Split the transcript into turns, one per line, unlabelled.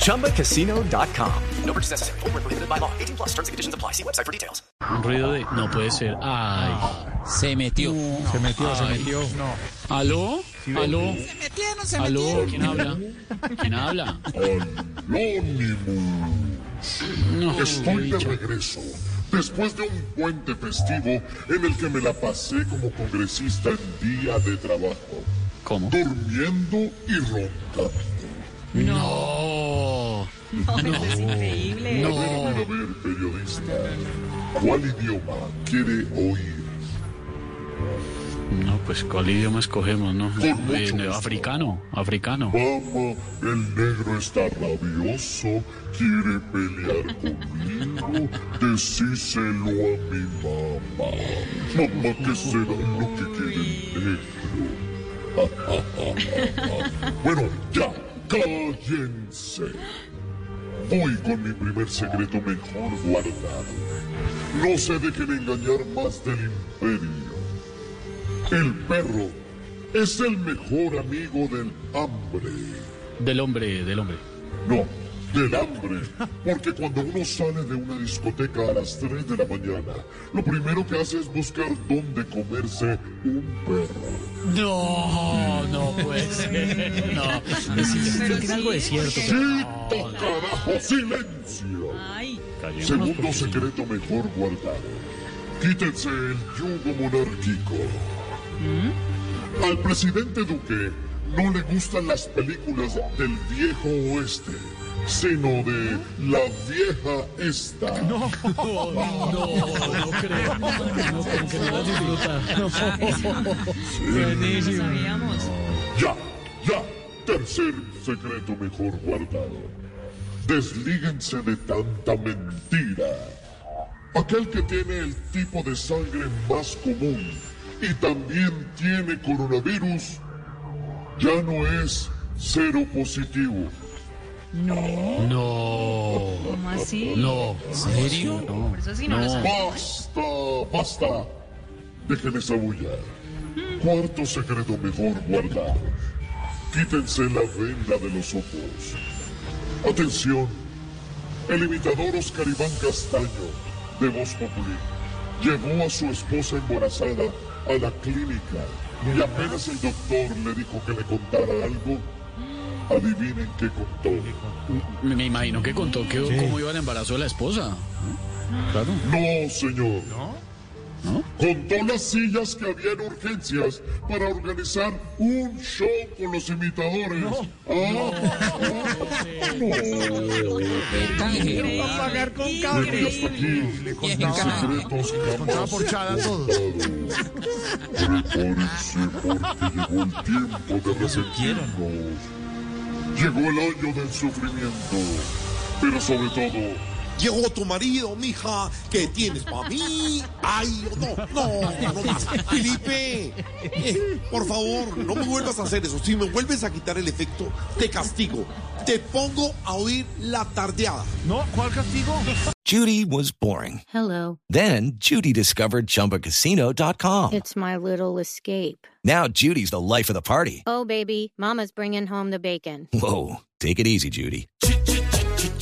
ChumbaCasino.com. No purchase necessary. Void where prohibited by law. 18 plus terms and conditions apply. See website for details.
Un ruido de. No puede ser. Ay.
Se metió.
Se metió, se metió. No.
¿Aló? ¿Aló?
Se metieron, se
¿Aló?
metieron.
¿Quién habla? ¿Quién habla?
Anonymous.
No,
Estoy de regreso. Después de un puente festivo en el que me la pasé como congresista en día de trabajo,
¿Cómo?
durmiendo y roncando.
No.
Es increíble.
A ver, a ver, a ver, periodista. ¿Cuál idioma quiere oír?
No, pues ¿cuál idioma escogemos, no?
Con mucho
Eh,
gusto.
africano, africano.
Mamá, el negro está rabioso, quiere pelear conmigo. Decíselo a mi mamá. Mamá, ¿qué será lo que quiere el negro? bueno, ya, cállense. Voy con mi primer secreto mejor guardado. No se dejen engañar más del imperio. El perro es el mejor amigo del hambre.
Del hombre, del hombre.
No, del hambre. Porque cuando uno sale de una discoteca a las 3 de la mañana, lo primero que hace es buscar dónde comerse un perro.
No, no puede ser. No. Es- es-
Pero
tiene algo de
sí,
cierto.
porque-
¡Quito, carajo! ¡Silencio!
Ay,
Callémonos,
Segundo
porque si no-
secreto mejor guardado. Quítense el yugo monárquico.
¿Mm?
Al presidente Duque no le gustan las películas del viejo oeste, sino de la vieja esta.
No, no creo. No, como que no la disfruta.
no sabíamos.
Ya, ya. Tercer secreto mejor guardado. Deslíguense de tanta mentira. Aquel que tiene el tipo de sangre más común y también tiene coronavirus, ya no es cero positivo.
No.
¿Cómo así?
No. ¿Serio?
Por eso sí no, lo sabía.
¡Basta! ¡Basta! Dejen esa bulla. Cuarto secreto mejor guardado. Quítense la venda de los ojos. Atención. El imitador Oscar Iván Castaño, de Voz Populi, llevó a su esposa embarazada a la clínica y apenas el doctor le dijo que le contara algo, adivinen qué contó.
Me, me imagino que contó que, cómo iba el embarazo de la esposa. Claro.
No, señor. ¿No? Contó las sillas que había en urgencias para organizar un show con los imitadores. Ah,
Canje.
Increíble.
pagar con
y hasta aquí, secretos jamás
por chada a todos.
contados. Prepárense porque llegó el tiempo de resentirnos. Llegó el año del sufrimiento, pero sobre todo...
Llegó tu marido, mija, que tienes para mí. Ay, no, no, no más. Felipe, eh, por favor, no me vuelvas a hacer eso. Si me vuelves a quitar el efecto, te castigo. Te pongo a oír la tardeada.
No, ¿cuál castigo?
Judy was boring.
Hello,
Then Judy discovered ChumbaCasino.com.
it's my little escape.
Now Judy's the life of the party.
Oh, baby, Mama's bringing home the bacon.
Whoa, take it easy, Judy.